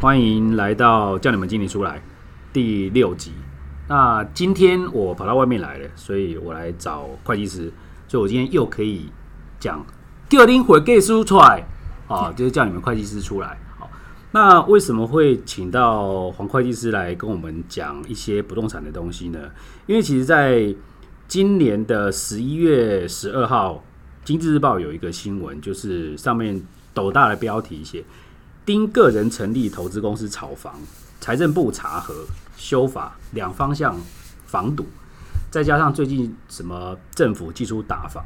欢迎来到《叫你们经理出来》第六集。那今天我跑到外面来了，所以我来找会计师，所以我今天又可以讲第二丁会计师出来啊，就是叫你们会计师出来。好，那为什么会请到黄会计师来跟我们讲一些不动产的东西呢？因为其实在今年的十一月十二号，《经济日报》有一个新闻，就是上面斗大的标题写丁个人成立投资公司炒房，财政部查核修法两方向防堵，再加上最近什么政府技术打房，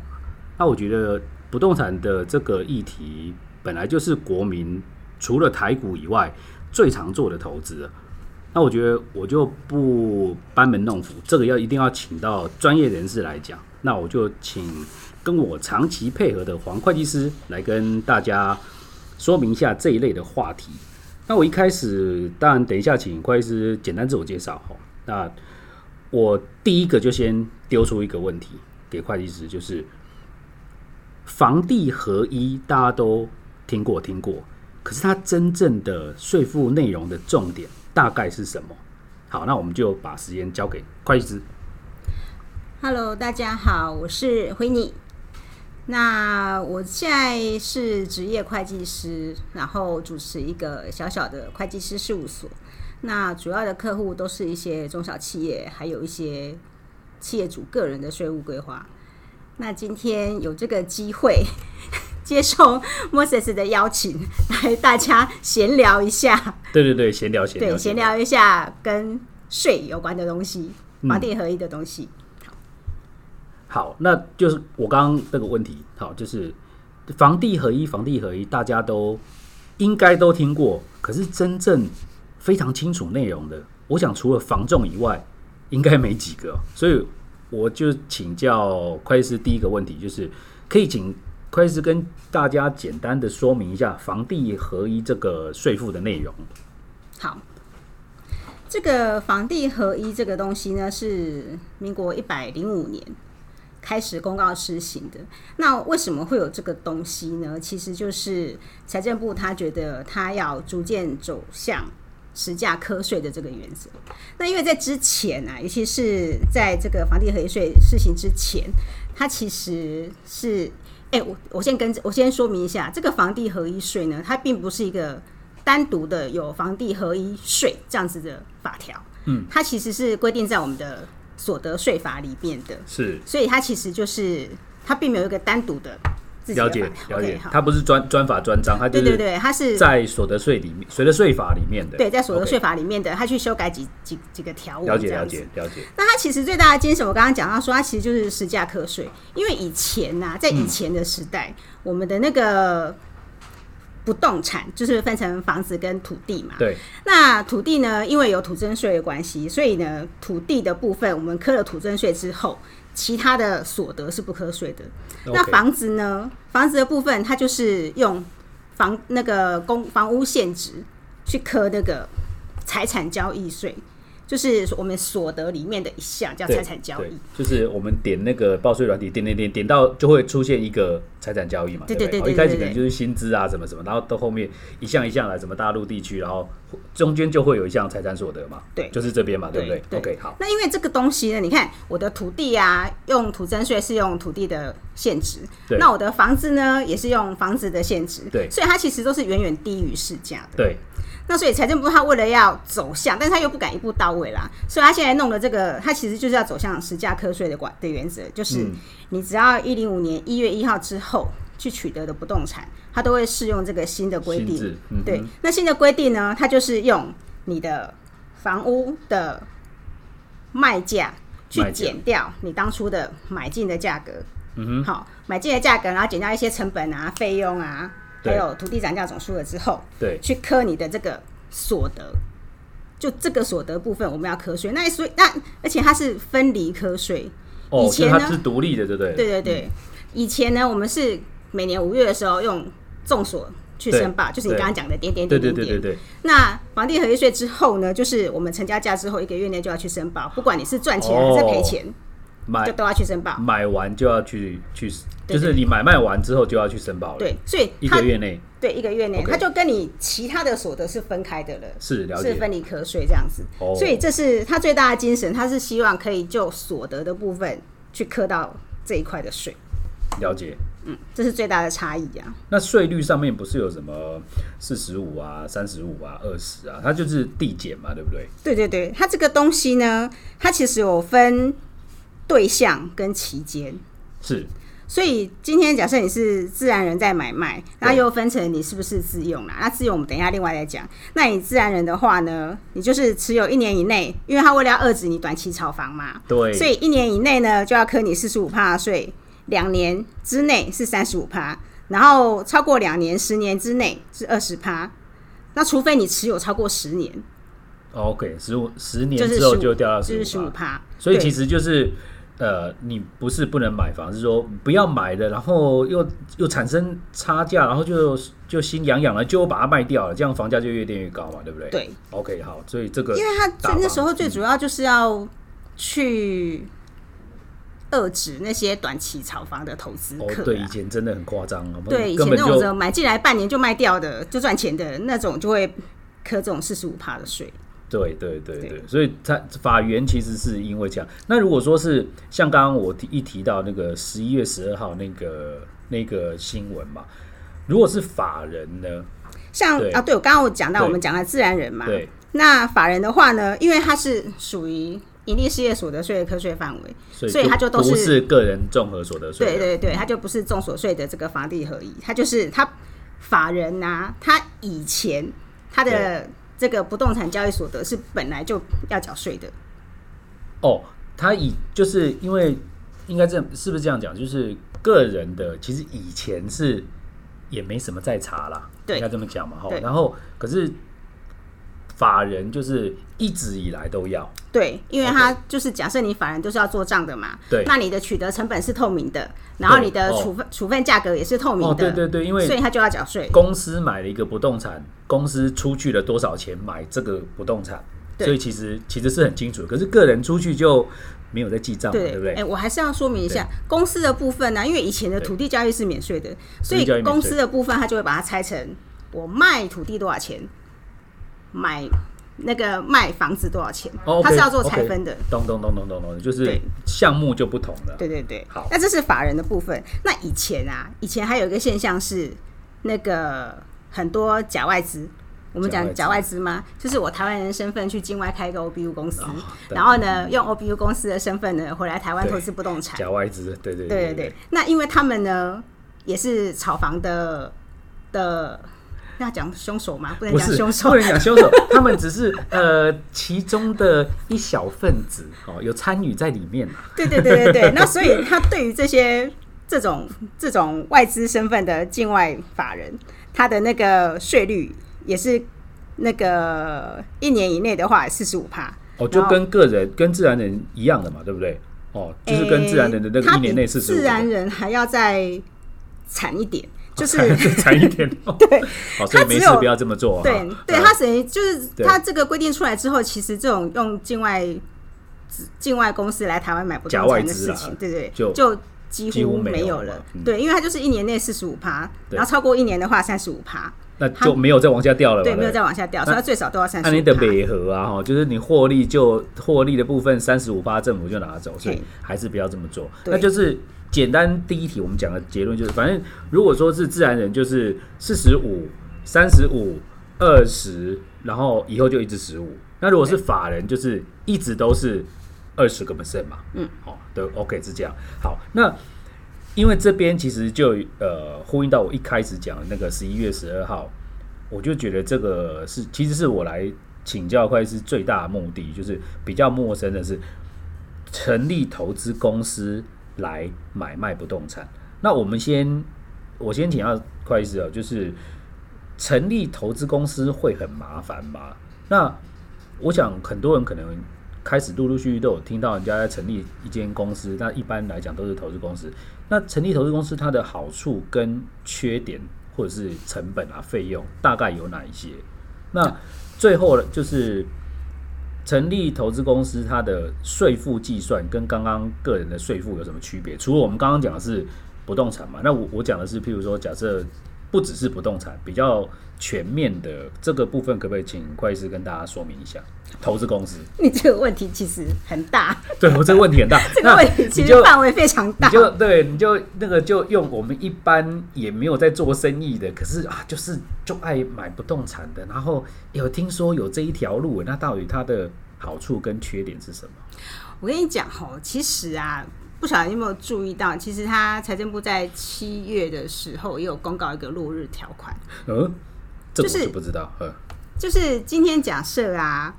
那我觉得不动产的这个议题本来就是国民除了台股以外最常做的投资了。那我觉得我就不班门弄斧，这个要一定要请到专业人士来讲。那我就请跟我长期配合的黄会计师来跟大家说明一下这一类的话题。那我一开始当然等一下请会计师简单自我介绍哈。那我第一个就先丢出一个问题给会计师，就是房地合一，大家都听过听过，可是它真正的税负内容的重点大概是什么？好，那我们就把时间交给会计师。 Hello，大家好，我是辉妮。那我现在是职业会计师，然后主持一个小小的会计师事务所。那主要的客户都是一些中小企业，还有一些企业主个人的税务规划。那今天有这个机会 接受 Moses 的邀请，来大家闲聊一下，对对对，闲聊闲聊，对，闲聊一下跟税有关的东西，房地合一的东西。好，那就是我刚刚那个问题，好，就是房地合一，房地合一，大家都应该都听过，可是真正非常清楚内容的，我想除了房仲以外，应该没几个哦，所以我就请教会计师第一个问题，就是可以请会计师跟大家简单的说明一下房地合一这个税负的内容。好，这个房地合一这个东西呢，是民国一百零五年开始公告施行的。那为什么会有这个东西呢？其实就是财政部他觉得他要逐渐走向实价科税的这个原则。那因为在之前啊，尤其是在这个房地合一税施行之前，它其实是，哎、我我先跟我先说明一下，这个房地合一税呢，它并不是一个单独的有房地合一税这样子的法条，嗯，它其实是规定在我们的所得税法里面的，是所以它其实就是它并没有一个单独的自己的了解法了解 OK，，好，它不是专专法专章，它就对对是对，它是在所得税里面，所得税法里面的。对在所得 OK 税法里面的，它去修改几几几个条了文这解了样子解。了解，那它其实最大的精神，我刚刚讲到说，它其实就是实价课税。因为以前呐、嗯在以前的时代，我们的那个不动产就是分成房子跟土地嘛。对，那土地呢，因为有土增税的关系，所以呢，土地的部分我们科了土增税之后，其他的所得是不科税的。那 OK 房子呢，房子的部分它就是用房那个公房屋现值去科那个财产交易税，就是我们所得里面的一项叫对财产交易。对就是我们点那个报税软体，点点点点到就会出现一个财产交易嘛，对对对不对对一开始对可能对就是薪资啊什么什么，然后到后面一项一项来，什么大陆地区，然后中间就会有一项财产所得嘛，对就是这边嘛，对不对对 OK，好，那因为这个东西呢，你看我的土地啊，用土增税是用土地的现值对，那我的房子呢也是用房子的现值，对所以它其实都是远远低于市价的。对，那所以财政部它为了要走向，但是它又不敢一步到位啦，所以它现在弄的这个，它其实就是要走向实价课税的管的原则，就是嗯你只要一零五年一月一号之后去取得的不动产，它都会适用这个新的规薪定资。，嗯哼对，那新的规定呢，它就是用你的房屋的卖价去卖价减掉你当初的买进的价格。嗯哼，好，买进的价格，然后减掉一些成本啊、费用啊，还对有土地涨价总数了之后，对，去磕你的这个所得，就这个所得部分我们要磕税。那所以那而且它是分离磕税，哦，以所以前它呢是独立的，对不对？嗯对对对，以前呢我们是每年五月的时候用众所去申报，对就是你刚刚讲的点点对点对点对对点。对，那房地合一税哦之后呢，就是我们成家价之后一个月内就要去申报，不管你是赚钱还是赔钱。买就都要去申报。买完就要去去，对就是你买卖完之后就要去申报了。，对，所以一它个月内对一个月内， OK 它就跟你其他的所得是分开的了。是了解。是分离课税这样子。哦所以这是他最大的精神，他是希望可以就所得的部分去课到这一块的税，了解。这是最大的差异啊。那税率上面不是有什么四十五啊、三十五啊、二十啊，它就是递减嘛，对不对？对对对，它这个东西呢，它其实有分对象跟期间。是所以今天假设你是自然人在买卖，然对后又分成你是不是自用啦。那自用我们等一下另外再讲。那你自然人的话呢，你就是持有一年以内，因为他为了要遏制你短期炒房嘛，对所以一年以内呢就要扣你四十五趴的税，两年之内是三十五趴，然后超过两年、十年之内是二十趴。那除非你持有超过十年， OK，十五十年就是之后15就掉到就是十十五五，趴。所以对其实就是。呃，你不是不能买房，是说不要买的，然后又又产生差价，然后就就心痒痒了，就把它卖掉了，这样房价就越垫越高嘛，对不对？对， OK，好，所以这个因为他打最房那时候最主要就是要去遏制那些短期炒房的投资哦客、啊，对，以前真的很夸张，我们对以根前本那种就人买进来半年就卖掉的，就赚钱的那种，就会磕这种四十五趴的税。对对对对对，所以它法源其实是因为这样。那如果说是像刚刚我提一提到那个十一月十二号那个那个新闻嘛，如果是法人呢，像对啊，对我刚刚我讲到对我们讲的自然人嘛，对，那法人的话呢，因为它是属于盈利事业所得税的课税范围，所以所以它就都不是是个人综合所得税对了，对对，它就不是重所税的这个房地合一，它就是它法人呐、他以前他的这个不动产交易所得是本来就要缴税的，哦，他以就是因为应该这是不是这样讲？就是个人的，其实以前是也没什么在查啦，对应该这么讲嘛哈对。然后可是法人就是一直以来都要，对，因为它就是假设你法人都是要做账的嘛，对那你的取得成本是透明的，然后对你的哦处分、处分价格也是透明的，哦对对对因为所以他就要缴税，公司买了一个不动产，公司出去了多少钱买这个不动产，对所以其实其实是很清楚的。可是个人出去就没有在记账嘛，对不哎、对？我还是要说明一下公司的部分呢、啊因为以前的土地交易是免税的，所土地交易免税以公司的部分它就会把它拆成我卖土地多少钱，买那个卖房子多少钱，哦它 OK，是要做 OK，拆分的。懂懂懂懂懂懂，就是对项目就不同了。对对对，好那这是法人的部分。那以前啊，以前还有一个现象是，那个很多假外资，我们讲假假外外资吗？就是我台湾人身份去境外开一个 OBU 公司，哦对然后呢，用 OBU 公司的身份呢，回来台湾对投资不动产。假外资，对对对对对对，那因为他们呢也是炒房的的，那讲凶手吗？不能不讲是凶手 不，能讲凶手，他们只是呃其中的一小分子哦，有参与在里面嘛。对对对对对。那所以他对于这些这种这种外资身份的境外法人，他的那个税率也是那个一年以内的话四十五趴。哦，就然后跟个人跟自然人一样的嘛，对不对？哦，就是跟自然人的那诶个一年内哎他比四十五，自然人还要再惨一点，就是 才惨一点哦。对，好，所以他没只事有不要这么做。啊哈对对，它等于就是嗯对它这个规定出来之后，其实这种用境外境外公司来台湾买不假动外产的资事啦情，对对就对，就几几乎乎没没有有了了嗯。对，因为它就是一年内四十五趴，对然后超过一年的话三十五趴，那就没有再往下掉了嘛。对，没有不再往下掉，所以它最少都要三十那五你的趴。美和啊，哈，就是你获利就获利的部分三十五趴，政府就拿走，所以嘿还是不要这么做。对那就是简单第一题我们讲的结论就是，反正如果说是自然人，就是四十五、三十五、二十，然后以后就一直十五。那如果是法人，就是一直都是二十个 percent 嘛，嗯，好、对，OK 是这样。好，那因为这边其实就呃呼应到我一开始讲的那个十一月十二号，我就觉得这个是其实是我来请教会计师最大的目的，就是比较陌生的是成立投资公司来买卖不动产。那我们先我先请教会计师哦，就是成立投资公司会很麻烦吗？那我想很多人可能开始陆陆续续都有听到人家在成立一间公司，那一般来讲都是投资公司。那成立投资公司它的好处跟缺点，或者是成本啊、费用，大概有哪一些？那最后呢，就是成立投资公司，它的税负计算跟刚刚个人的税负有什么区别？除了我们刚刚讲的是不动产嘛，那我我讲的是，譬如说，假设不只是不动产，比较全面的这个部分，可不可以请会计师跟大家说明一下？投资公司， 你这个问题其实很大， 对我这个问题很大， 这个问题其实范围非常你大。就对，你就那个就用我们一般也没有在做生意的，可是啊，就是就爱买不动产的，然后有听说有这一条路，那到底它的好处跟缺点是什么？我跟你讲吼，其实啊，不晓得你有没有注意到，其实他财政部在七月的时候也有公告一个落日条款，嗯，这个就是我就不知道。呃，就是今天假设啊，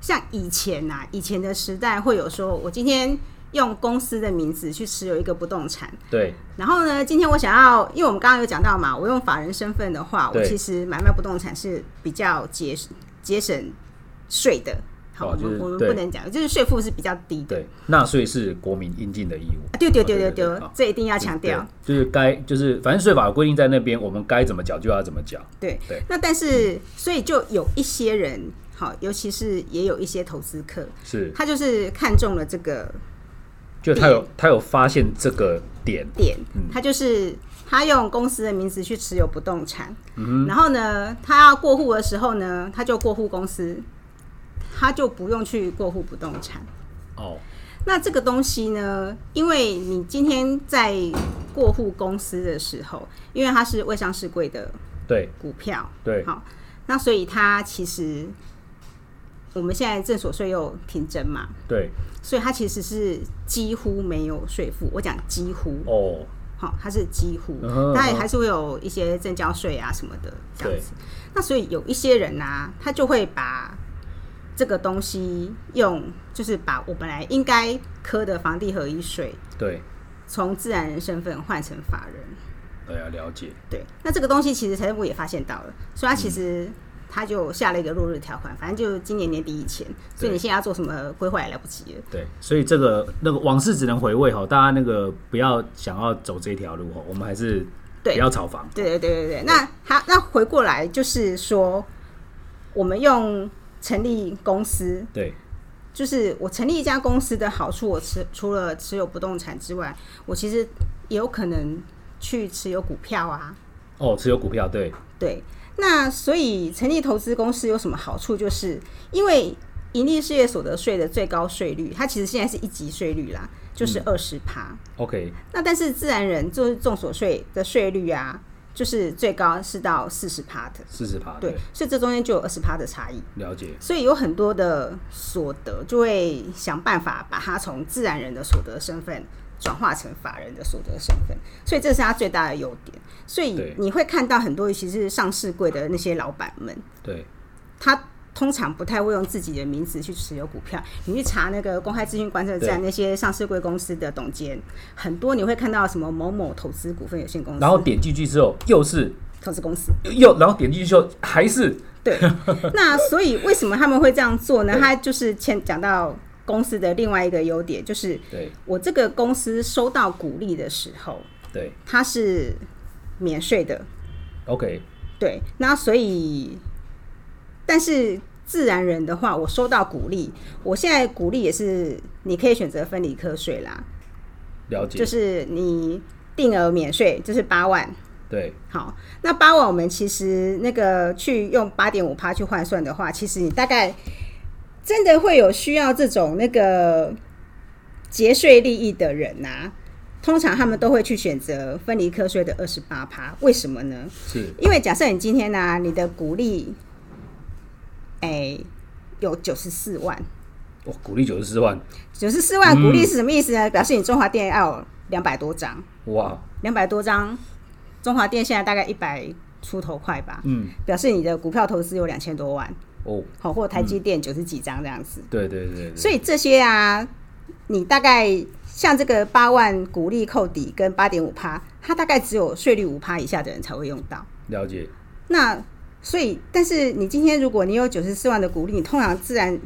像以前啊，以前的时代会有说，我今天用公司的名字去持有一个不动产，对然后呢，今天我想要，因为我们刚刚有讲到嘛，我用法人身份的话，我对其实买卖不动产是比较节节省税的。好，哦我们、就是我们对不能讲，就是税负是比较低的。对，纳税是国民应尽的义务。啊对对对对哦对，好这一定要强调。对就是该就是反正税法有规定在那边，我们该怎么缴就要怎么缴。对，对那但是所以就有一些人，好，尤其是也有一些投资客，是，他就是看中了这个就他嗯有他有发现这个点，点，他就是他用公司的名字去持有不动产，然后呢，他要过户的时候呢，他就过户公司，他就不用去过户不动产。哦，那这个东西呢，因为你今天在过户公司的时候，因为它是未上市柜的对股票，对，好，那所以它其实我们现在正所税又停征嘛，对，所以它其实是几乎没有税负。我讲几乎，哦，好、它是几乎嗯哼，那也嗯哼还是会有一些证交税啊什么的这样对子。那所以有一些人啊，他就会把这个东西用，就是把我本来应该科的房地合一税，对，从自然人身份换成法人。对啊，了解。对，那这个东西其实财政部也发现到了，所以他其实嗯他就下了一个落日条款，反正就今年年底以前，所以你现在要做什么规划也来不及了。对，所以这个那个往事只能回味哈，大家那个不要想要走这条路哈，我们还是对不要炒房。对对对对对，那他那回过来就是说，我们用成立公司，对就是我成立一家公司的好处，我持除了持有不动产之外，我其实也有可能去持有股票啊。哦，持有股票，对对，那所以成立投资公司有什么好处？就是因为盈利事业所得税的最高税率，它其实现在是一级税率啦，就是二十趴。 ，OK，那但是自然人就是重所税的税率啊，就是最高是到四十趴的。四十趴，对啊对，，所以这中间就有二十趴的差异，了解，所以有很多的所得就会想办法把它从自然人的所得身份转化成法人的所得身份，所以这是它最大的优点。所以对你会看到很多，尤其是上市柜的那些老板们，对，他通常不太会用自己的名字去持有股票。你去查那个公开资讯观测站对那些上市柜公司的董监，很多你会看到什么某某投资股份有限公司，然后点进去之后又是投资公司，又，然后点进去之后还是对， 那所以为什么他们会这样做呢？他就是前讲到公司的另外一个优点，就是对我这个公司收到股利的时候，对它是免税的， ，OK，对。那所以，但是自然人的话，我收到股利，我现在股利也是你可以选择分离课税啦，了解，就是你定额免税就是八万，对好，那八万我们其实那个去用八点五趴去换算的话，其实你大概真的会有需要这种那个节税利益的人呐、通常他们都会去选择分离课税的二十八趴，为什么呢？是，因为假设你今天呢、啊你的股利，哎、有九十四万，哇，股利九十四万，九十四万股利是什么意思呢？表示你中华电要有两百多张，哇，两百多张，中华电现在大概一百出头块吧，嗯，表示你的股票投资有两千多万，哦，好，或台积电九十几张这样子。对对对对，所以这些啊，你大概像这个八万股利扣抵跟八点五趴，它大概只有税率五趴以下的人才会用到。了解，那所以，但是你今天如果你有九十四万的股利，你通常自然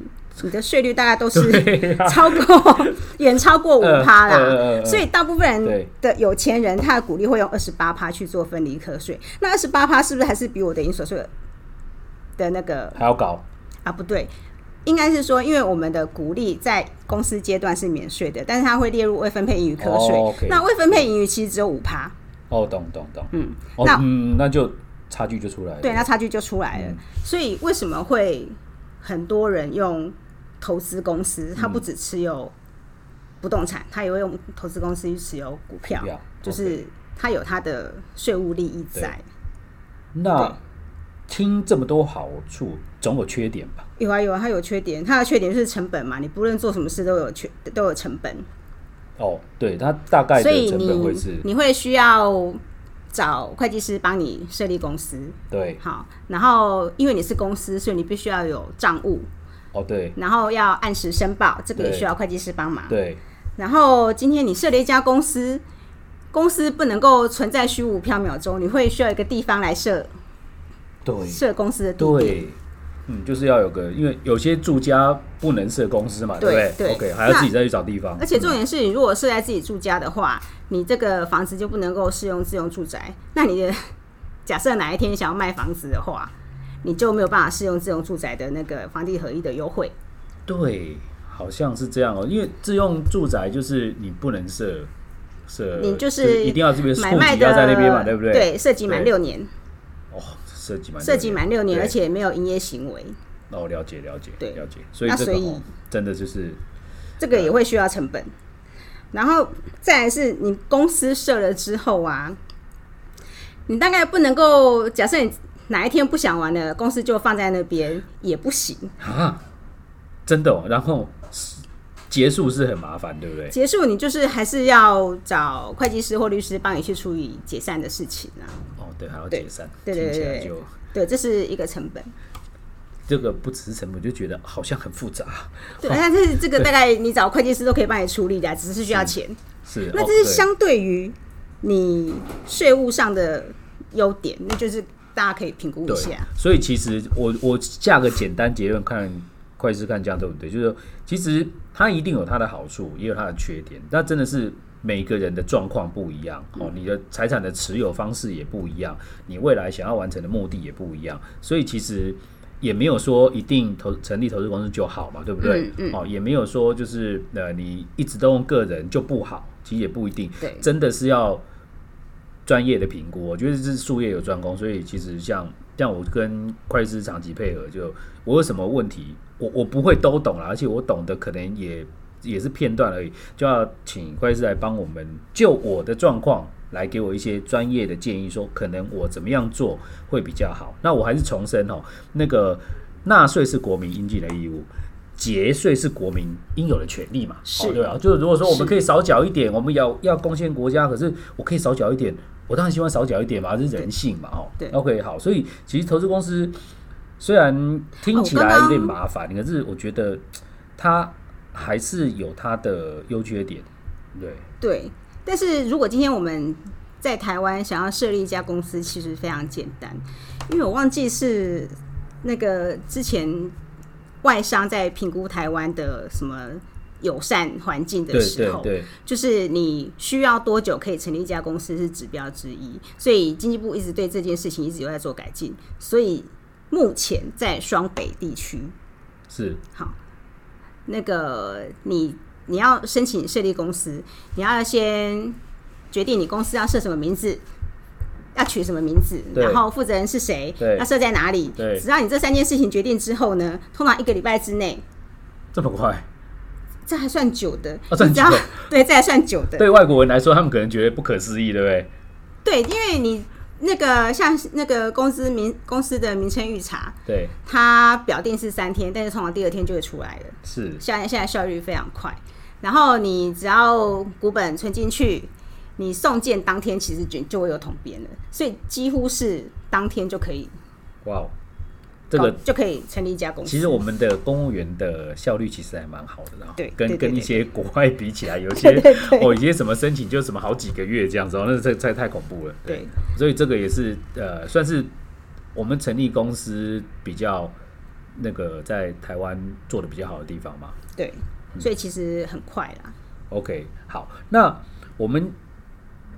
你的税率大概都对是啊超过远超过五趴呃呃呃啦。呃所以大部分人对的有钱人，他的股利会用二十八趴去做分离课税。那二十八趴是不是还是比我的营所税的那个还要搞，啊，不对，应该是说，因为我们的鼓励在公司阶段是免税的，但是它会列入未分配盈余课税。哦，OK 那未分配盈余其实只有五趴，哦，懂懂懂，嗯，哦那嗯，那就差距就出来了。对，那差距就出来了。嗯所以为什么会很多人用投资公嗯司？他不只持有不动产，他也会用投资公司去持有股票，股票哦就是他有他的税务利益在。那听这么多好处，总有缺点吧？有啊有啊，它有缺点，它的缺点就是成本嘛，你不论做什么事都有缺都有成本，哦，对，它大概所以的成你本会是，你会需要找会计师帮你设立公司，对，好，然后因为你是公司，所以你必须要有账务，哦，对，然后要按时申报，这个也对需要会计师帮忙。对，然后今天你设了一家公司，公司不能够存在虚无缥缈中，你会需要一个地方来设对，设公司的地点。对，嗯，就是要有个，因为有些住家不能设公司嘛，对不对对？OK，还要那自己再去找地方而。且重点是你如果设在自己住家的话，你这个房子就不能够适用自用住宅。那你的假设哪一天想要卖房子的话，你就没有办法适用自用住宅的那个房地合一的优惠。对，好像是这样哦，因为自用住宅就是你不能设设，你就就是一定要这边户买卖籍的要在那边嘛，对不对？，对，涉及满对六年，哦，设计满涉及满六年，对而且没有营业行为，哦，了解了解，对了解，所以那这个所以哦真的就是这个也会需要成本。然后再来是你公司设了之后啊，你大概不能够假设你哪一天不想玩了，公司就放在那边也不行。啊，真的、哦，然后是结束是很麻烦，对不对？结束，你就是还是要找会计师或律师帮你去处理解散的事情啊。哦，对，还要对解散，对对听起来对就对，这是一个成本。这个不只是成本，就觉得好像很复杂，对，但是这个大概你找会计师都可以帮你处理的啊，只是需要钱。是那哦这对是相对于你税务上的优点，那就是大家可以评估一对下。所以其实我我下个简单结论看，快是看这样对不对？就是说其实它一定有它的好处，也有它的缺点。那真的是每个人的状况不一样哦，你的财产的持有方式也不一样，你未来想要完成的目的也不一样，所以其实。也没有说一定投成立投资公司就好嘛，对不对？嗯嗯哦，也没有说就是呃，你一直都用个人就不好，其实也不一定。对真的是要专业的评估，我觉得是术业有专攻，所以其实像像我跟会计师长期配合，就我有什么问题，我我不会都懂啦，而且我懂的可能也也是片段而已，就要请会计师来帮我们就我的状况来给我一些专业的建议，说可能我怎么样做会比较好。那我还是重申哦，那个纳税是国民应尽的义务。节税是国民应有的权利嘛？是哦对啊，就是如果说我是们可以少缴一点，我们要要贡献国家，可是我可以少缴一点，我当然希望少缴一点嘛，这是人性嘛，哦。对 OK，好，所以其实投资公司虽然听起哦来刚刚有点麻烦，可是我觉得它还是有它的优缺点。对，对，但是如果今天我们在台湾想要设立一家公司，其实非常简单，因为我忘记是那个之前外商在评估台湾的什么友善环境的对时对候，对，就是你需要多久可以成立一家公司是指标之一，所以经济部一直对这件事情一直有在做改进，所以目前在双北地区，是好，那个你你要申请设立公司，你要先决定你公司要设什么名字，要取什么名字，对然后负责人是谁对，要设在哪里。对只要你这三件事情决定之后呢，通常一个礼拜之内，这么快。这还算久的，哦算你只要久对，这还算久的。对外国人来说，他们可能觉得不可思议，对不对？对，因为你那个像那个公司名公司的名称预查，对，它表定是三天，但是通常第二天就会出来了。是现在现在效率非常快。然后你只要股本存进去，你送件当天其实就就会有统编了，所以几乎是当天就可以哇哦，这搞，个就可以成立一家公司。其实我们的公务员的效率其实还蛮好的啦，对对跟对跟一对些国外比起 来，有些对对哦，有些什么申请就什么好几个月这样子哦，那这太太恐怖了。对，所以这个也是呃，算是我们成立公司比较那个在台湾做的比较好的地方嘛。对，所以其实很快啦。 OK，好，那我们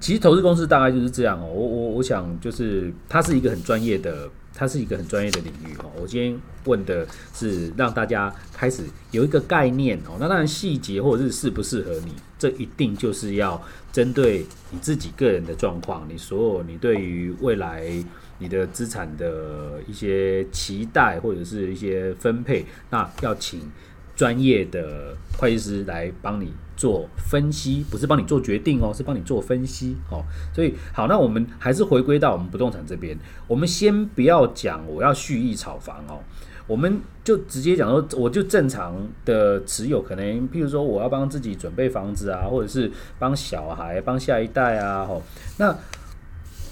其实投资公司大概就是这样哦。我我我想就是它是一个很专业的它是一个很专业的领域哦。我今天问的是让大家开始有一个概念哦，那当然细节或者是适不适合你，这一定就是要针对你自己个人的状况，你所有你对于未来你的资产的一些期待或者是一些分配，那要请专业的会计师来帮你做分析，不是帮你做决定哦，是帮你做分析哦。所以好，那我们还是回归到我们不动产这边，我们先不要讲我要蓄意炒房哦，我们就直接讲说，我就正常的持有，可能譬如说我要帮自己准备房子啊，或者是帮小孩、帮下一代啊，哦，那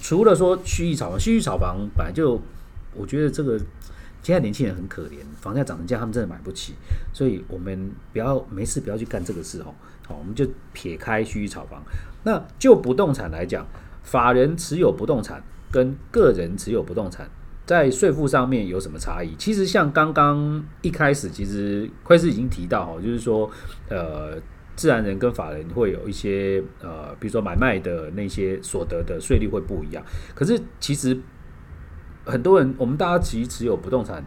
除了说蓄意炒房，蓄意炒房本来就，我觉得这个现在年轻人很可怜，房价涨成这样，他们真的买不起，所以我们不要没事不要去干这个事哦。好，我们就撇开蓄意炒房。那就不动产来讲，法人持有不动产跟个人持有不动产在税负上面有什么差异？其实像刚刚一开始，其实会师已经提到哦，就是说，呃，自然人跟法人会有一些呃，比如说买卖的那些所得的税率会不一样。可是其实很多人，我们大家其实持有不动产。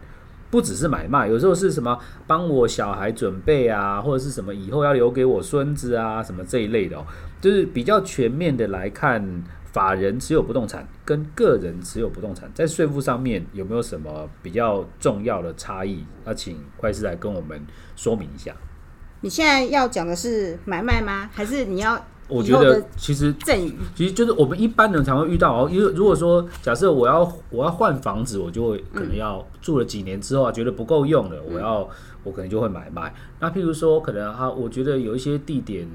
不只是买卖，有时候是什么帮我小孩准备啊，或者是什么以后要留给我孙子啊，什么这一类的哦，就是比较全面的来看，法人持有不动产跟个人持有不动产在税负上面有没有什么比较重要的差异？那请会计师来跟我们说明一下。你现在要讲的是买卖吗？还是你要我以觉后得的其实赠与？其实就是我们一般人才会遇到哦，因为如果说假设我要我要换房子，我就会可能要住了几年之后啊，觉得不够用了，我要我可能就会买卖。那譬如说，可能啊，我觉得有一些地点，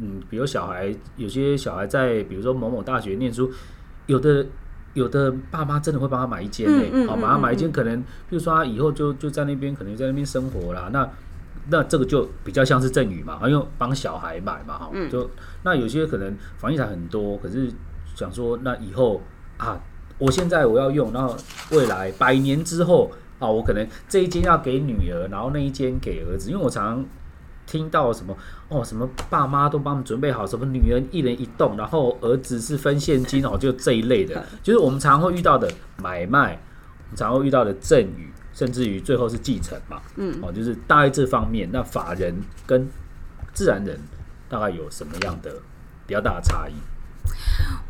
嗯，比如小孩有些小孩在比如说某某大学念书，有的有的爸妈真的会帮他买一间呢、嗯嗯好、嗯帮他嗯买一间，可能譬如说他以后就就在那边，可能在那边生活啦，那。那这个就比较像是赠与嘛，因为帮小孩买嘛，哈、就那有些可能房地产很多，可是想说那以后啊，我现在我要用，然后未来百年之后啊，我可能这一间要给女儿，然后那一间给儿子，因为我常常听到什么哦，什么爸妈都帮我们准备好，什么女人一人一栋，然后儿子是分现金哦，就这一类的，就是我们常会遇到的买卖，我们常会遇到的赠与，甚至于最后是继承嘛，嗯，哦，就是大概这方面，那法人跟自然人大概有什么样的比较大的差异？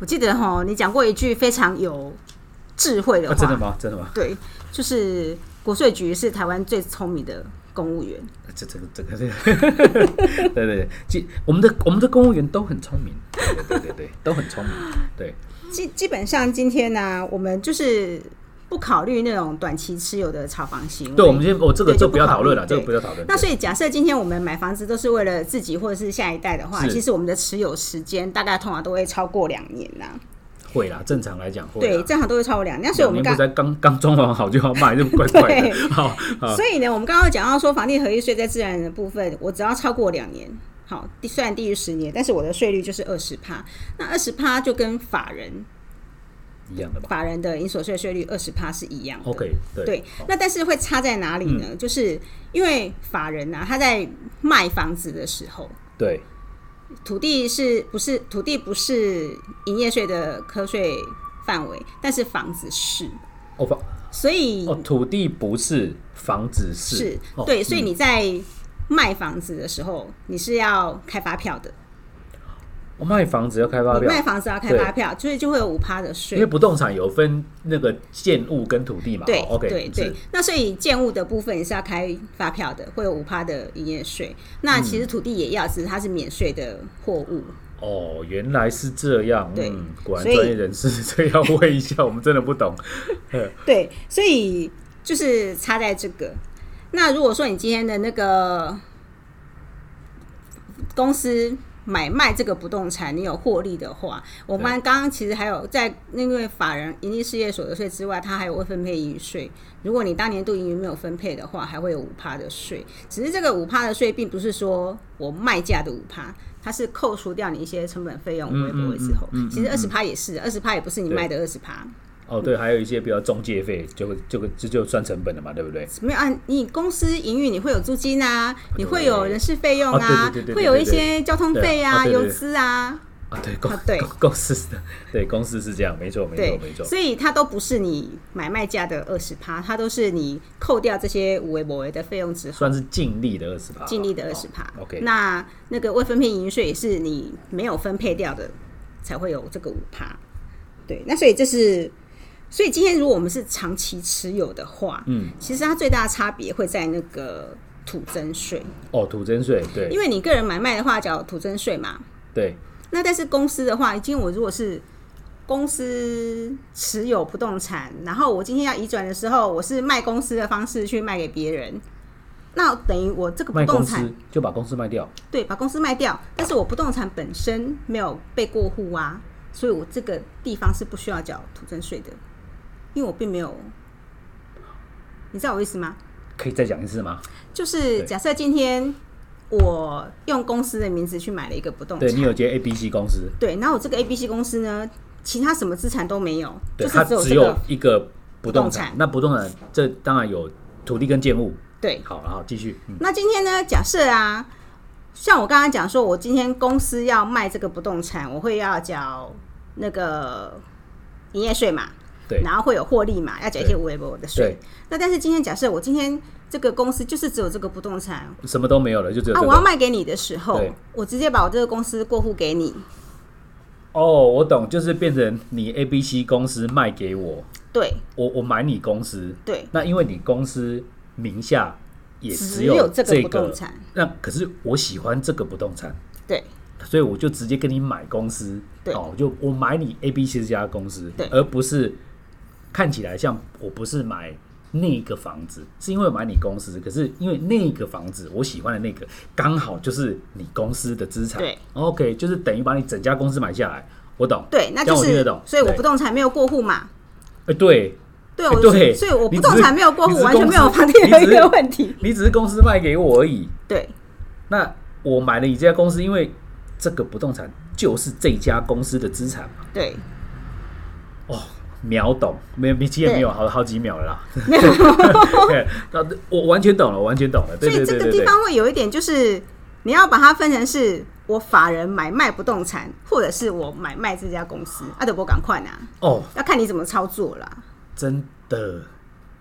我记得哈，你讲过一句非常有智慧的啊，话，真的吗？真的吗？对，就是国税局是台湾最聪明的公务员。这这个这个这个，对对对，其我们的我们的公务员都很聪明，对对对对对，都很聪明，对，基基本上今天呢、我们就是不考虑那种短期持有的炒房行为。对，我们先我这个对就就不要不考讨论了，虑这个对不要讨论。那所以假设今天我们买房子都是为了自己或者是下一代的话，是其实我们的持有时间大概通常都会超过两年呐、会啦，正常来讲会对，啦。正常都会超过两年。那所以我啊两们年不刚是。才刚刚装潢好就要卖，这怪怪的。好，好所以呢，我们刚刚讲到说，房地合一税在自然人的部分，我只要超过两年，好，低虽然低于十年，但是我的税率就是二十趴。那二十趴就跟法人一样的吧法人的营所税税率二十趴是一样的。 ？OK，对嗯对，那但是会差在哪里呢？就是因为法人啊，他在卖房子的时候，对，土地是不是土地不是营业税的课税范围，但是房子是，哦房所以哦土地不是，房子是，是、哦对，所以你在卖房子的时候，你是要开发票的，我卖房子要开发你票，卖房子要开发票，所以就会有五趴的因为税。不动产有分那个建物跟土地嘛。对哦、，OK，对是对，那所以建物的部分也是要开发票的，会有五趴的营业税。那其实土地也要，只是它是免税的货物。哦，原来是这样，对嗯，果然所以专业人士， 这要问一下，我们真的不懂。对，所以就是差在这个。那如果说你今天的那个公司买卖这个不动产，你有获利的话，我们刚刚其实还有在因为法人盈利事业所得税之外，它还有未分配盈余税。如果你当年度盈余没有分配的话，还会有五趴的税。只是这个五趴的税，并不是说我卖价的五趴，它是扣除掉你一些成本费用、嗯微博之后嗯嗯嗯嗯，其实二十趴也是，二十趴也不是你对卖的二十趴。哦，对，还有一些比较中介费，就会就会这就算成本了嘛，对不对？没有啊，你公司营运你会有租金啊，你会有人事费用啊啊对对对对，对会有一些交通费对啊对啊、对对油资啊，啊，对公啊对公公司是的，对公司是这样，没错没错对没，错，所以它都不是你买卖价的二十趴，它都是你扣掉这些五维某维的费用之后。算是净利的二十趴，净利的二十趴哦。OK，那那个未分配营业税也是你没有分配掉的，才会有这个五趴。对，那所以这是，所以今天如果我们是长期持有的话，嗯，其实它最大的差别会在那个土增税，哦，土增税，因对为你个人买卖的话缴土增税嘛，对，那但是公司的话，今天我如果是公司持有不动产，然后我今天要移转的时候，我是卖公司的方式去卖给别人，那等于我这个不卖动公产司就把公司卖掉，对，把公司卖掉，但是我不动产本身没有被过户啊，所以我这个地方是不需要缴土增税的，因为我并没有，你知道我意思吗？可以再讲一次吗？就是对假设今天我用公司的名字去买了一个不动对你哦产，有接 A、B、C 公司，对，然后我这个 A、B、C 公司呢，其他什么资产都没有，对，就它是有只这有个，一个不动动产产，那不动产这当然有土地跟建物。对。好，然后继续，嗯，那今天呢，假设啊，像我刚刚讲说，我今天公司要卖这个不动产，我会要缴那个营业税嘛，对然后会有获利嘛，要缴一些无微不的税对。那但是今天假设我今天这个公司就是只有这个不动产。嗯什么都没有了，就只有啊！这我要个。卖给你的时候对，我直接把我这个公司过户给你，哦，我懂，就是变成你 A、B、C 公司卖给我，对我我买你公司，对，那因为你公司名下也只有有这个个不动产，那可是我喜欢这个不动产，对所以我就直接跟你买公司，对哦，就我买你 A、B、C 这家公司，对而不是看起来像我不是买那个房子，是因为我买你公司，可是因为那个房子我喜欢的那个刚好就是你公司的资产，对，OK，就是等于把你整家公司买下来，我懂，对，那这就样我听是得懂，所以我对不，动产没有过户嘛，哎、对，对，哎我对所以我你只不动是产没有过你户，只是完全公没有司房地你合只一是的问题，你只是公司卖给我而已， 对那我买了你这家公司，因为这个不动产就是这家公司的资产嘛。对，哦，秒懂，没有，没其实也没有好好几秒了啦。 对，那我完全懂了，我完全懂了。所对以对这对个对地对，方会有一点，就是你要把它分成是我法人买卖不动产，或者是我买卖这家公司，啊阿德伯赶快拿，哦，要看你怎么操作啦。真的，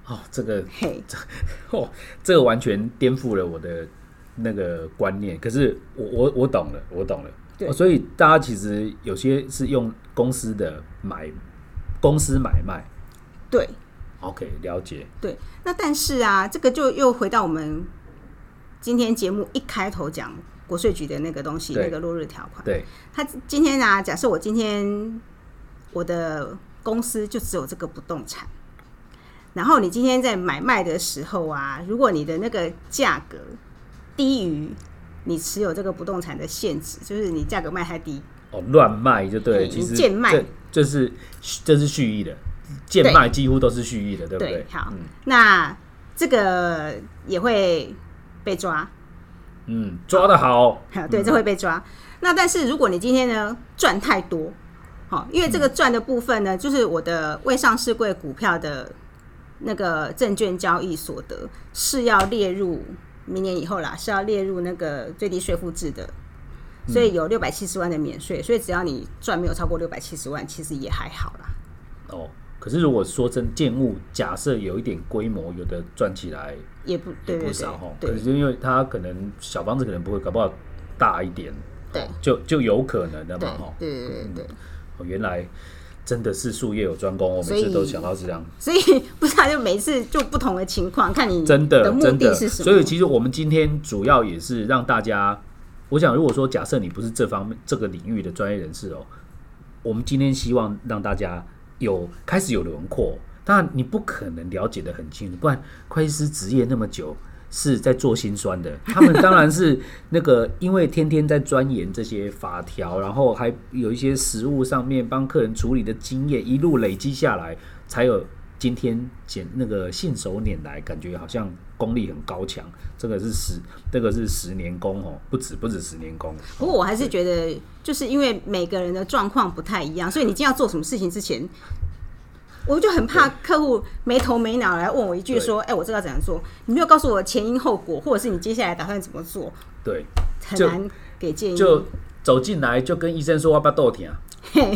哦，这个，嘿，哦，这个完全颠覆了我的那个观念。可是我我我懂了，我懂了。对哦所以大家其实有些是用公司的买，公司买卖。对 OK，了解。对，那但是啊，这个就又回到我们今天节目一开头讲国税局的那个东西，对那个落日条款。对，他今天啊，假设我今天我的公司就只有这个不动产，然后你今天在买卖的时候啊，如果你的那个价格低于你持有这个不动产的限值，就是你价格卖太低，哦，乱卖就对了，嗯其实贱卖这这是这是蓄意的，贱对卖几乎都是蓄意的，对不对？好，嗯那这个也会被抓，嗯，抓的好，嗯对，这会被抓。那但是如果你今天呢赚太多，好，因为这个赚的部分呢，就是我的未上市柜股票的那个证券交易所得是要列入明年以后啦，是要列入那个最低税负制的。所嗯以有六百七十万的免税，所以只要你赚没有超过六百七十万，其实也还好啦。哦。可是如果说真建物，假设有一点规模，有的赚起来也不也对不对少哈。对可是因为它可能小房子可能不会，搞不好大一点，对哦就就有可能的对嘛哈。对对对对，哦原来真的是术业有专攻，我所每以次都想到这样。所以 不是啊，就每次就不同的情况，看你真嗯的的目真的的，是什么。所以其实我们今天主要也是让大家，我想如果说假设你不是这方面这个领域的专业人士哦，我们今天希望让大家有开始有轮廓。当然，你不可能了解的很清楚，不然会计师职业那么久是在做心酸的。他们当然是那个，因为天天在钻研这些法条，然后还有一些实务上面帮客人处理的经验，一路累积下来，才有今天简那个信手拈来，感觉好像功力很高强。这个是十，这个是十年功哦，不止不止十年功。不过我还是觉得，就是因为每个人的状况不太一样，所以你今天要做什么事情之前，我就很怕客户没头没脑来问我一句对说：“哎、我这个要怎样做？”你没有告诉我前因后果，或者是你接下来打算怎么做，对，很就难给建议。就走进来就跟医生说我巴豆疼，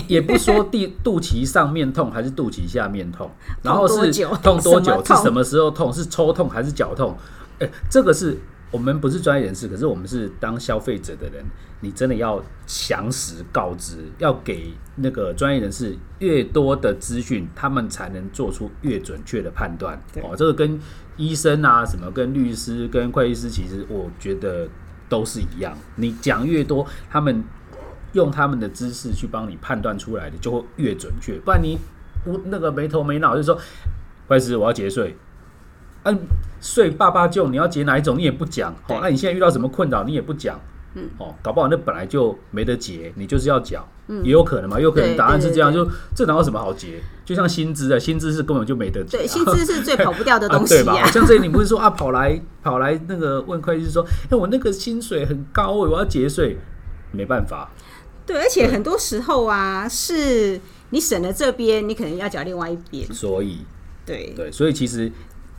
也不说地肚脐上面痛还是肚脐下面 痛，然后多是久痛多久，什么痛是什么时候痛，是抽痛还是脚痛？哎、这个是我们不是专业人士，可是我们是当消费者的人，你真的要详实告知，要给那个专业人士越多的资讯，他们才能做出越准确的判断。对哦，这个跟医生啊，什么跟律师、跟会计师，其实我觉得都是一样。你讲越多，他们用他们的知识去帮你判断出来的，就会越准确。不然你无那个没头没脑，就说会计师我要节税，嗯、税爸爸就你要结哪一种你也不讲，对哦，那你现在遇到什么困扰你也不讲，嗯，哦，搞不好那本来就没得结，你就是要缴，也有可能嘛，也有可能对答案是这样，对对就这哪有什么好结？就像薪资啊，薪资是根本就没得结、啊，对，薪资是最跑不掉的东 啊、对西吧？呀、好像这里你不是说啊，跑来跑来那个问会计师说，哎、我那个薪水很高，我要节税，没办法， 对，而且很多时候啊，是你省了这边，你可能要缴另外一边。所以对，对，所以其实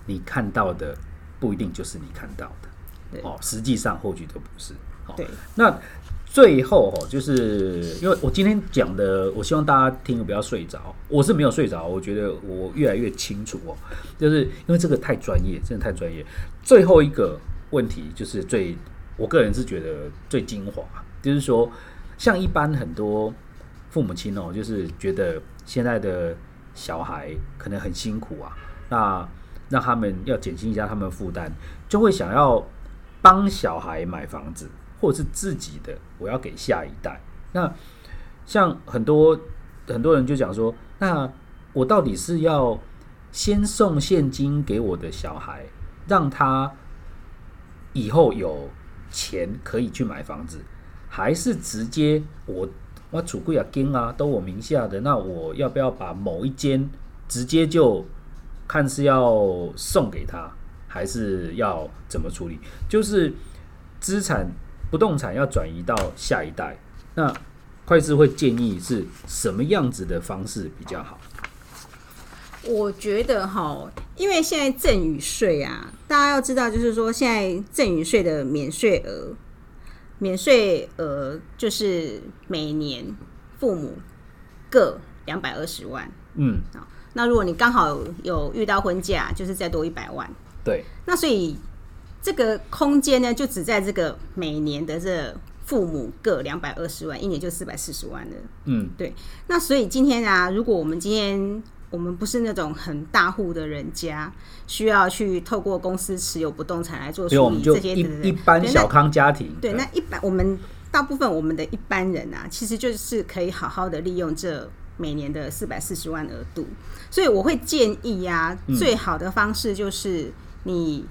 你看到的不一定就是你看到的对，哦，实际上或许都不是。哦、对，那最后哦，就是因为我今天讲的，我希望大家听了不要睡着，我是没有睡着，我觉得我越来越清楚哦，就是因为这个太专业，真的太专业。最后一个问题就是最，我个人是觉得最精华，就是说，像一般很多父母亲哦，就是觉得现在的小孩可能很辛苦啊，那让他们要减轻一下他们的负担，就会想要帮小孩买房子，或者是自己的，我要给下一代。那像很多很多人就讲说，那我到底是要先送现金给我的小孩，让他以后有钱可以去买房子，还是直接我我储贵啊金啊都我名下的，那我要不要把某一间直接就看是要送给他，还是要怎么处理？就是资产不动产要转移到下一代，那会计师会建议是什么样子的方式比较好？我觉得哈，因为现在赠与税啊，大家要知道，就是说现在赠与税的免税额，免税额就是每年父母各两百二十万。嗯，那如果你刚好有遇到婚嫁，就是再多一百万。对，那所以这个空间呢，就只在这个每年的这父母各两百二十万，一年就四百四十万了。嗯，对，那所以今天啊，如果我们今天我们不是那种很大户的人家，需要去透过公司持有不动产来做所以我处们理就这些一等等一般对那小康家庭，啊对，那一般我们大部分我们的一般人啊，其实就是可以好好的利用这每年的四百四十万额度，所以我会建议呀、嗯最好的方式就是你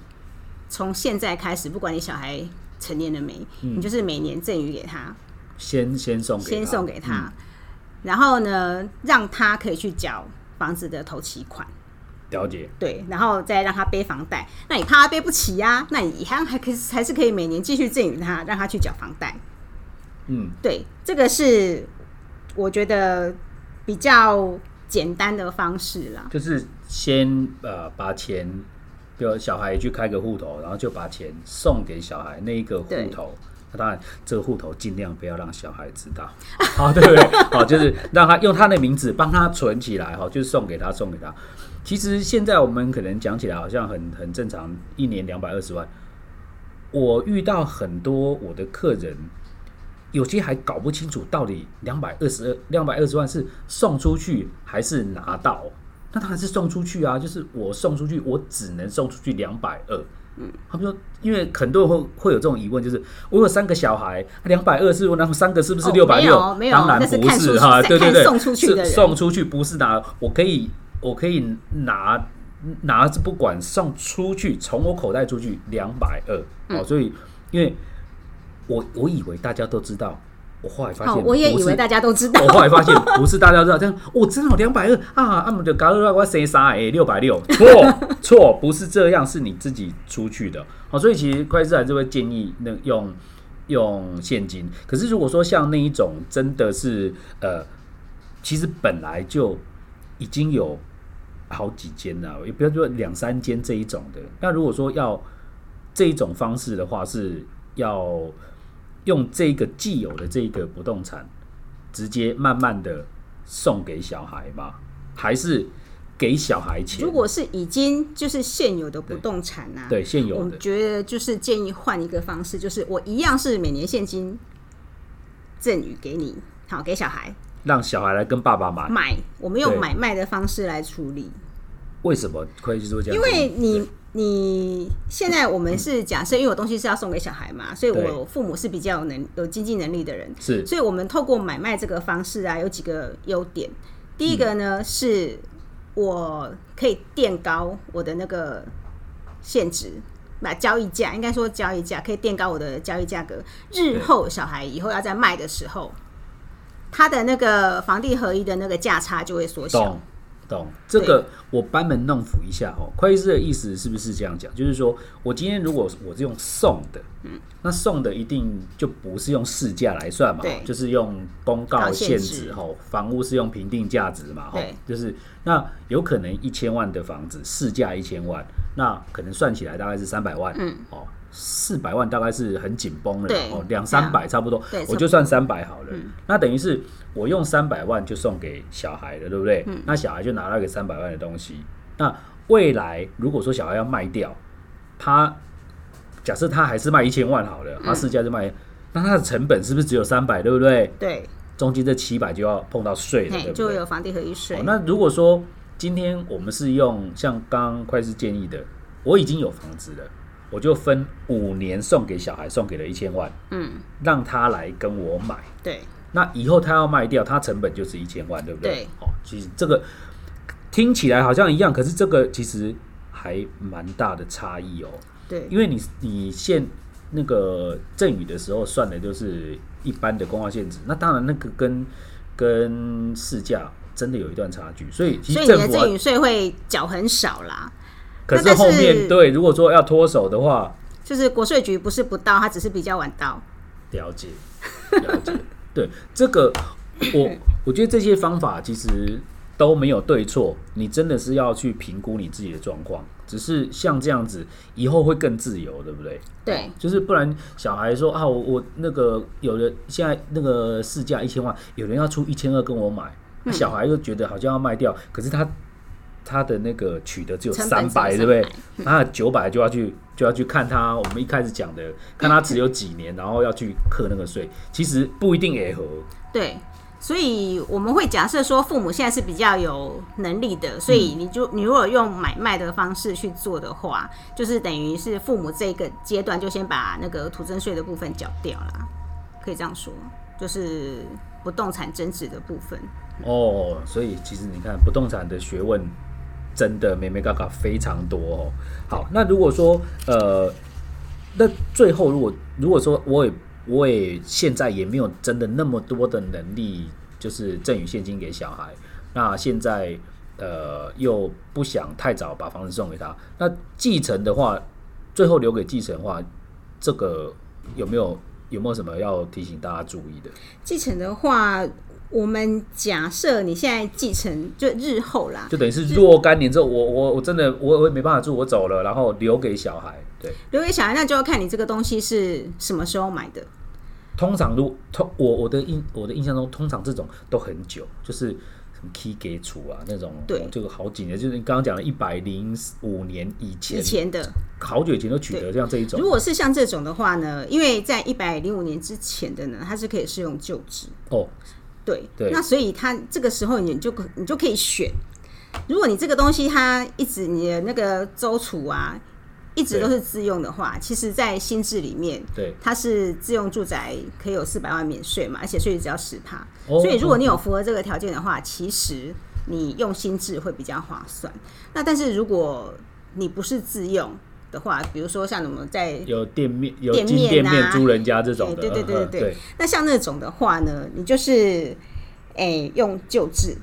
从现在开始，不管你小孩成年了没，嗯你就是每年赠予给他，先先送给先他送给他，嗯然后呢，让他可以去缴房子的头期款。了解，对，然后再让他背房贷，那你怕他背不起呀、那你还还可以还是可以每年继续赠予他，让他去缴房贷。嗯，对，这个是我觉得比较简单的方式啦。就是先呃把钱，比如小孩去开个户头，然后就把钱送给小孩那一个户对头。那当然，这个户头尽量不要让小孩知道， 好，对不对？好，就是让他用他的名字帮他存起来，哈，就是送给他，送给他。其实现在我们可能讲起来好像很很正常，一年两百二十万。我遇到很多我的客人，有些还搞不清楚到底两百二十两百二十万是送出去还是拿到。那当然是送出去啊，就是我送出去，我只能送出去两百二。嗯，他们说，因为很多人会会有这种疑问，就是我有三个小孩，两百二是我那三个是不是哦六百没六有？没有当然那是不看出是去哈，在对对看对，送出去是的人送出去不是拿，我可以我可以拿拿着不管送出去，从我口袋出去两百二。嗯哦，所以因为我我以为大家都知道，我后来发现哦，我也不以是 为大家都知道我，后来发现不是大家都知道，这样我真的有两百二啊，啊，姆的嘎鲁我谁啥哎六百六，错 错，不是这样，是你自己出去的。好，所以其实会计师还是会建议那用用现金。可是如果说像那一种真的是呃，其实本来就已经有好几间了，也不要说两三间这一种的。那如果说要这一种方式的话，是要用这个既有的这个不动产，直接慢慢的送给小孩吗？还是给小孩钱？如果是已经就是现有的不动产呐、啊，对现我有的们觉得就是建议换一个方式，就是我一样是每年现金赠与给你，好给小孩让小孩来跟爸爸买，买，我们用对买卖的方式来处理，为什么会去做这样？因为你。你现在我们是假设，因为我东西是要送给小孩嘛，所以对我父母是比较有能有经济能力的人，是所以我们透过买卖这个方式啊，有几个优点。第一个呢，嗯是我可以垫高我的那个现值，那交易价应该说交易价可以垫高我的交易价格。日后小孩以后要在卖的时候，他的那个房地合一的那个价差就会缩小懂。懂这个，我班门弄斧一下哦。会计师的意思是不是这样讲？就是说我今天如果我是用送的，嗯，那送的一定就不是用市价来算嘛，对哦就是用公告告限限值值哦，房屋是用评定价值嘛，哦对，就是那有可能一千万的房子市价一千万，那可能算起来大概是三百万，嗯，哦。四百万大概是很紧绷了啦，对哦，两三百差不多对，我就算三百好了。嗯那等于是我用三百万就送给小孩了，对不对？嗯那小孩就拿到一个三百万的东西。那未来如果说小孩要卖掉，他假设他还是卖一千万好了，嗯他市价就卖，那他的成本是不是只有三百，对不对？对，中间这七百就要碰到税了，对嘿，不就对？有房地合一税哦。那如果说今天我们是用像刚刚会计师建议的，我已经有房子了，我就分五年送给小孩，送给了一千万，嗯，让他来跟我买。对，那以后他要卖掉，他成本就是一千万，对不对？对哦，其实这个听起来好像一样，可是这个其实还蛮大的差异哦。对，因为你你现那个赠与的时候算的就是一般的公告限值，那当然那个跟跟市价真的有一段差距，所以其所实以你政的府赠啊与税会缴很少啦。可那但后面是对，如果说要脱手的话，就是国税局不是不到，它只是比较晚到。了解，了解。 对这个，我我觉得这些方法其实都没有对错，你真的是要去评估你自己的状况。只是像这样子，以后会更自由，对不对？对，就是不然小孩说啊，我我那个有人现在那个市价一千万，有人要出一千二跟我买，那小孩又觉得好像要卖掉，可是他他的那个取得只有成三本百，只对有不对？那九百就要去就要去看他，我们一开始讲的，看他只有几年，然后要去课那个税，其实不一定也合。对，所以我们会假设说，父母现在是比较有能力的，所以你就你如果用买卖的方式去做的话，就是等于是父母这个阶段就先把那个土增税的部分缴掉啦，可以这样说，就是不动产增值的部分。哦，所以其实你看，不动产的学问真的美美嘎嘎非常多哦。好，那如果说呃，那最后如果如果说我也我也现在也没有真的那么多的能力，就是赠与现金给小孩，那现在呃又不想太早把房子送给他，那继承的话，最后留给继承的话，这个有没有有没有什么要提醒大家注意的？继承的话，我们假设你现在继承就日后啦，就等于是若干年之后，我我我真的我我也没办法住，我走了，然后留给小孩。对，留给小孩，那就要看你这个东西是什么时候买的。通常如通我我的印我的印象中，通常这种都很久，就是什么 key 给处啊那种，对这个好几年，就是你刚刚讲的一百零五年以前，以前的，好久以前都取得像这一种如果是像这种的话呢，因为在一百零五年之前的呢，它是可以适用旧制，哦，对，对那所以它这个时候你就你就可以选，如果你这个东西它一直你的那个周储啊，一直对都是自用的话，其实在新制里面。对，它是自用住宅，可以有四百万免税嘛，而且税率只要十趴。哦所以如果你有符合这个条件的话，其实你用新制会比较划算。那但是如果你不是自用的话，比如说像我们在哦有店面有店金面店面啊租人家这种哎的，对对对嗯对嗯对对，那像那种的话呢，你就是哎、用旧制，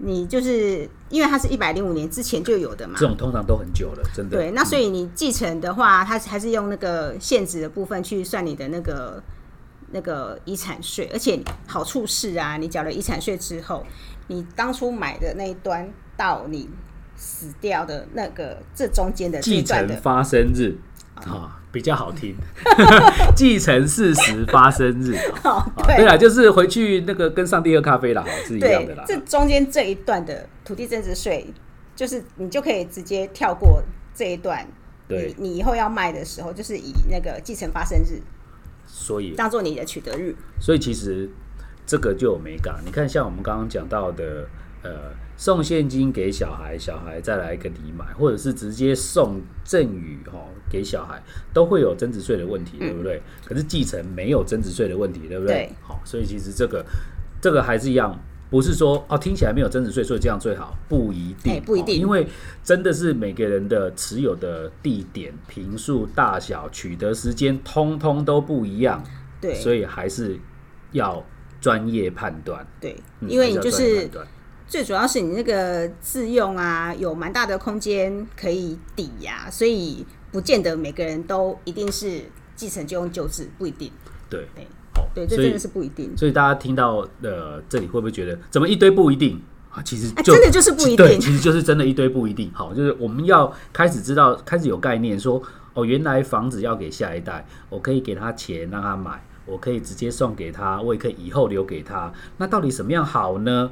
你就是因为它是一百零五年之前就有的嘛这。种通常都很久了，真的。嗯对，那所以你继承的话，它还是用那个现值的部分去算你的那个那个遗产税，而且好处是啊，你缴了遗产税之后，你当初买的那一端到你死掉的那个这中间的这继一段承呃的发生日啊，比较好听， 继承事实发生日。 哦，啊对对啦，就是回去那个跟上帝喝咖啡啦，好是一样的啦。这中间这一段的土地增值税，就是你就可以直接跳过这一段。对，你，你以后要卖的时候，就是以那个继承发生日所以啊当做你的取得日。所以其实这个就有美感。你看，像我们刚刚讲到的，呃，送现金给小孩，小孩再来一个礼买，或者是直接送赠与哈、哦、给小孩，都会有增值税的问题，对不对？可是继承没有增值税的问题，对不对嗯对？好、所以其实这个这个还是一样。不是说哦，听起来没有增值税，所以这样最好，不一定，哎不一哦定因为真的是每个人的持有的地点、平数、大小、取得时间，通通都不一样。对所以还是要专业判断，对，嗯因为你还就是要专业是判断最主要是你那个自用啊，有蛮大的空间可以抵押，所以不见得每个人都一定是继承就用旧制，不一定。对对，好，对，这哦所真以的是不一定。所以大家听到呃这里会不会觉得怎么一堆不一定啊？其实啊就、真的就是不一定对，其实就是真的一堆不一定。好，就是我们要开始知道，开始有概念说哦，原来房子要给下一代，我可以给他钱让他买，我可以直接送给他，我也可以以后留给他。那到底什么样好呢？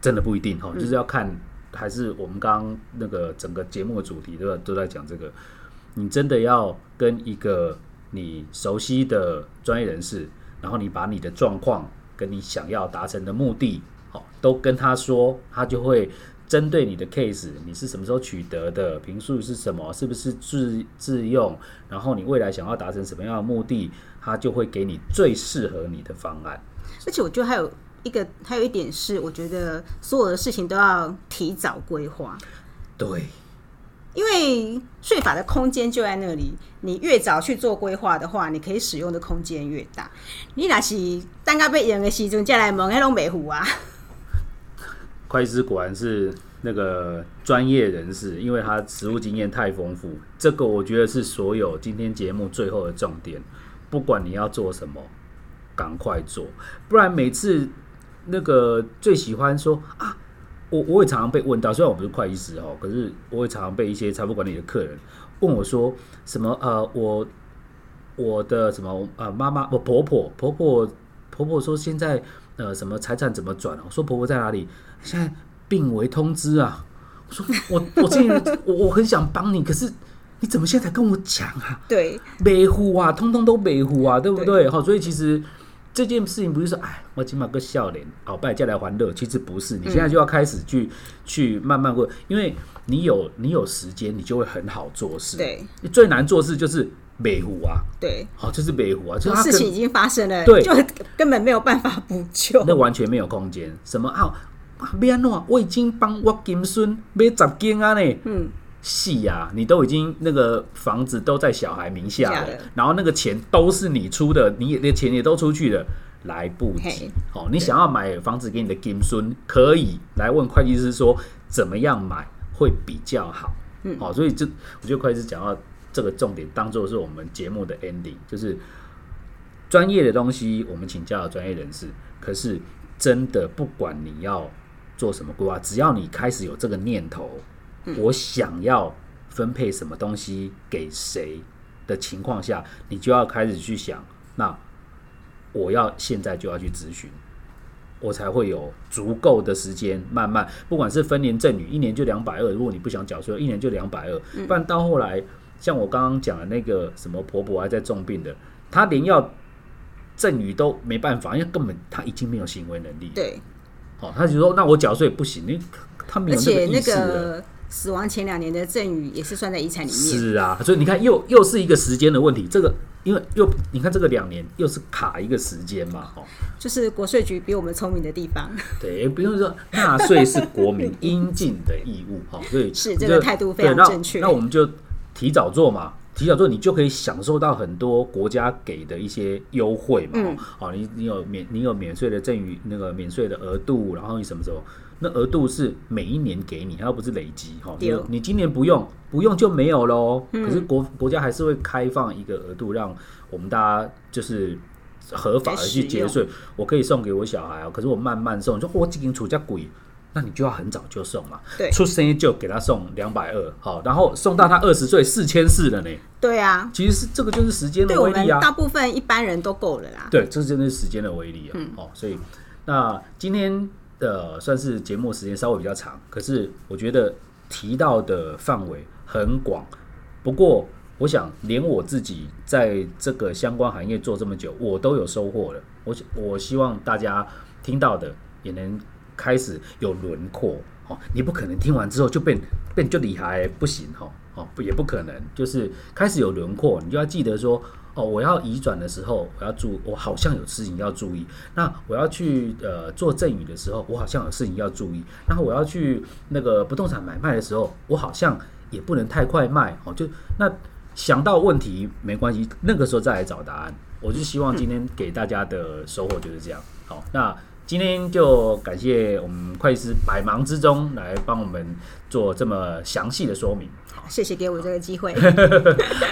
真的不一定哈，嗯就是要看，还是我们刚刚那个整个节目的主题都在都在讲这个，你真的要跟一个你熟悉的专业人士，然后你把你的状况跟你想要达成的目的，好、都跟他说，他就会针对你的 case，你是什么时候取得的，平数是什么，是不是自自用，然后你未来想要达成什么样的目的，他就会给你最适合你的方案。而且我觉得还有一个，还有一点是，我觉得所有的事情都要提早规划，对，因为税法的空间就在那里。你越早去做规划的话，你可以使用的空间越大。你若是蛋糕被演的时阵，再来问黑龙美湖啊， 会计师果然是那个专业人士，因为他实务经验太丰富。这个我觉得是所有今天节目最后的重点。不管你要做什么，啊赶快做，不然每次那个最喜欢说啊，我我也常常被问到，虽然我不是会计师哦，可是我也常常被一些财富管理的客人问我说什么呃，我我的什么呃妈妈，我婆婆婆婆婆婆说现在呃什么财产怎么转啊？我说婆婆在哪里？现在病危通知啊！我说我我这里我我很想帮你，可是你怎么现在才跟我讲啊？对北湖啊，通通都北湖啊，对不对？好，所以其实这件事情不是说，哎，我起码个笑脸，好，拜再来还乐，其实不是，嗯你现在就要开始去、去慢慢过，因为你有你有时间，你就会很好做事。，对最难做事就是北湖啊，对，好，就是北湖啊，就是他事可情已经发生了，对就根本没有办法补 救。那完全没有空间。什么啊？啊要安怎？我已经帮我金孙买十间啊呢。嗯，是呀、你都已经那个房子都在小孩名下了名下了，然后那个钱都是你出的，你也那钱也都出去了，来不及嘿。哦，你想要买房子给你的金孙，可以来问会计师说怎么样买会比较好。嗯，好、所以这我觉得会计师讲到这个重点，当做是我们节目的 ending，就是专业的东西我们请教了专业人士，可是真的不管你要做什么规划，只要你开始有这个念头，嗯我想要分配什么东西给谁的情况下，你就要开始去想，那我要现在就要去咨询。我才会有足够的时间慢慢，不管是分年赠与，一年就两百二，如果你不想缴税，一年就两百二，嗯不然到后来，像我刚刚讲的那个什么婆婆还在重病的，她连要赠与都没办法，因为根本她已经没有行为能力了。对，哦，她就说那我缴税不行，因为她没而有那且个意那识了。个死亡前两年的赠与也是算在遗产里面。是啊，所以你看又又是一个时间的问题，这个因为又你看这个两年又是卡一个时间嘛，哦。就是国税局比我们聪明的地方， 对，也不用说纳税是国民应尽的义务哈，所以是我这觉个得态度非对常那正确那我们就提早做嘛，提早做你就可以享受到很多国家给的一些优惠嘛。嗯哦，你你有免你有免税的赠与那个免税的额度，然后你什么时候？那额度是每一年给你，它又不是累积哈。对哦嗯就是你今年不用，不用就没有喽。可是国国家还是会开放一个额度，让我们大家就是合法的去来使节哦用税。我可以送给我小孩啊，可是我慢慢送，你说我已经出价贵，那你就要很早就送嘛。对出生就给他送两百二，好，然后送到他二十岁四千四了呢。对啊，其实是这个就是时间对的我威们力啊。大部分一般人都够了啦。对，这真的是时间的威力啊。哦，所以那今天的算是节目时间稍微比较长，可是我觉得提到的范围很广。不过我想，连我自己在这个相关行业做这么久，我都有收获了。我希我希望大家听到的也能开始有轮廓。哦，你不可能听完之后就变变就厉害，不行哦。哦，不也不可能，就是开始有轮廓，你就要记得说，哦，我要移转的时候，我要注，我好像有事情要注意。那我要去呃做赠与的时候，我好像有事情要注意。然后我要去那个不动产买卖的时候，我好像也不能太快卖哦。就那想到问题没关系，那个时候再来找答案。我就希望今天给大家的收获就是这样。好，那今天就感谢我们会计师百忙之中来帮我们做这么详细的说明。谢谢给我这个机 会。哦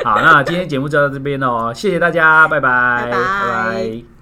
好，那今天节目就到这边喽，谢谢大家，拜拜，拜拜拜拜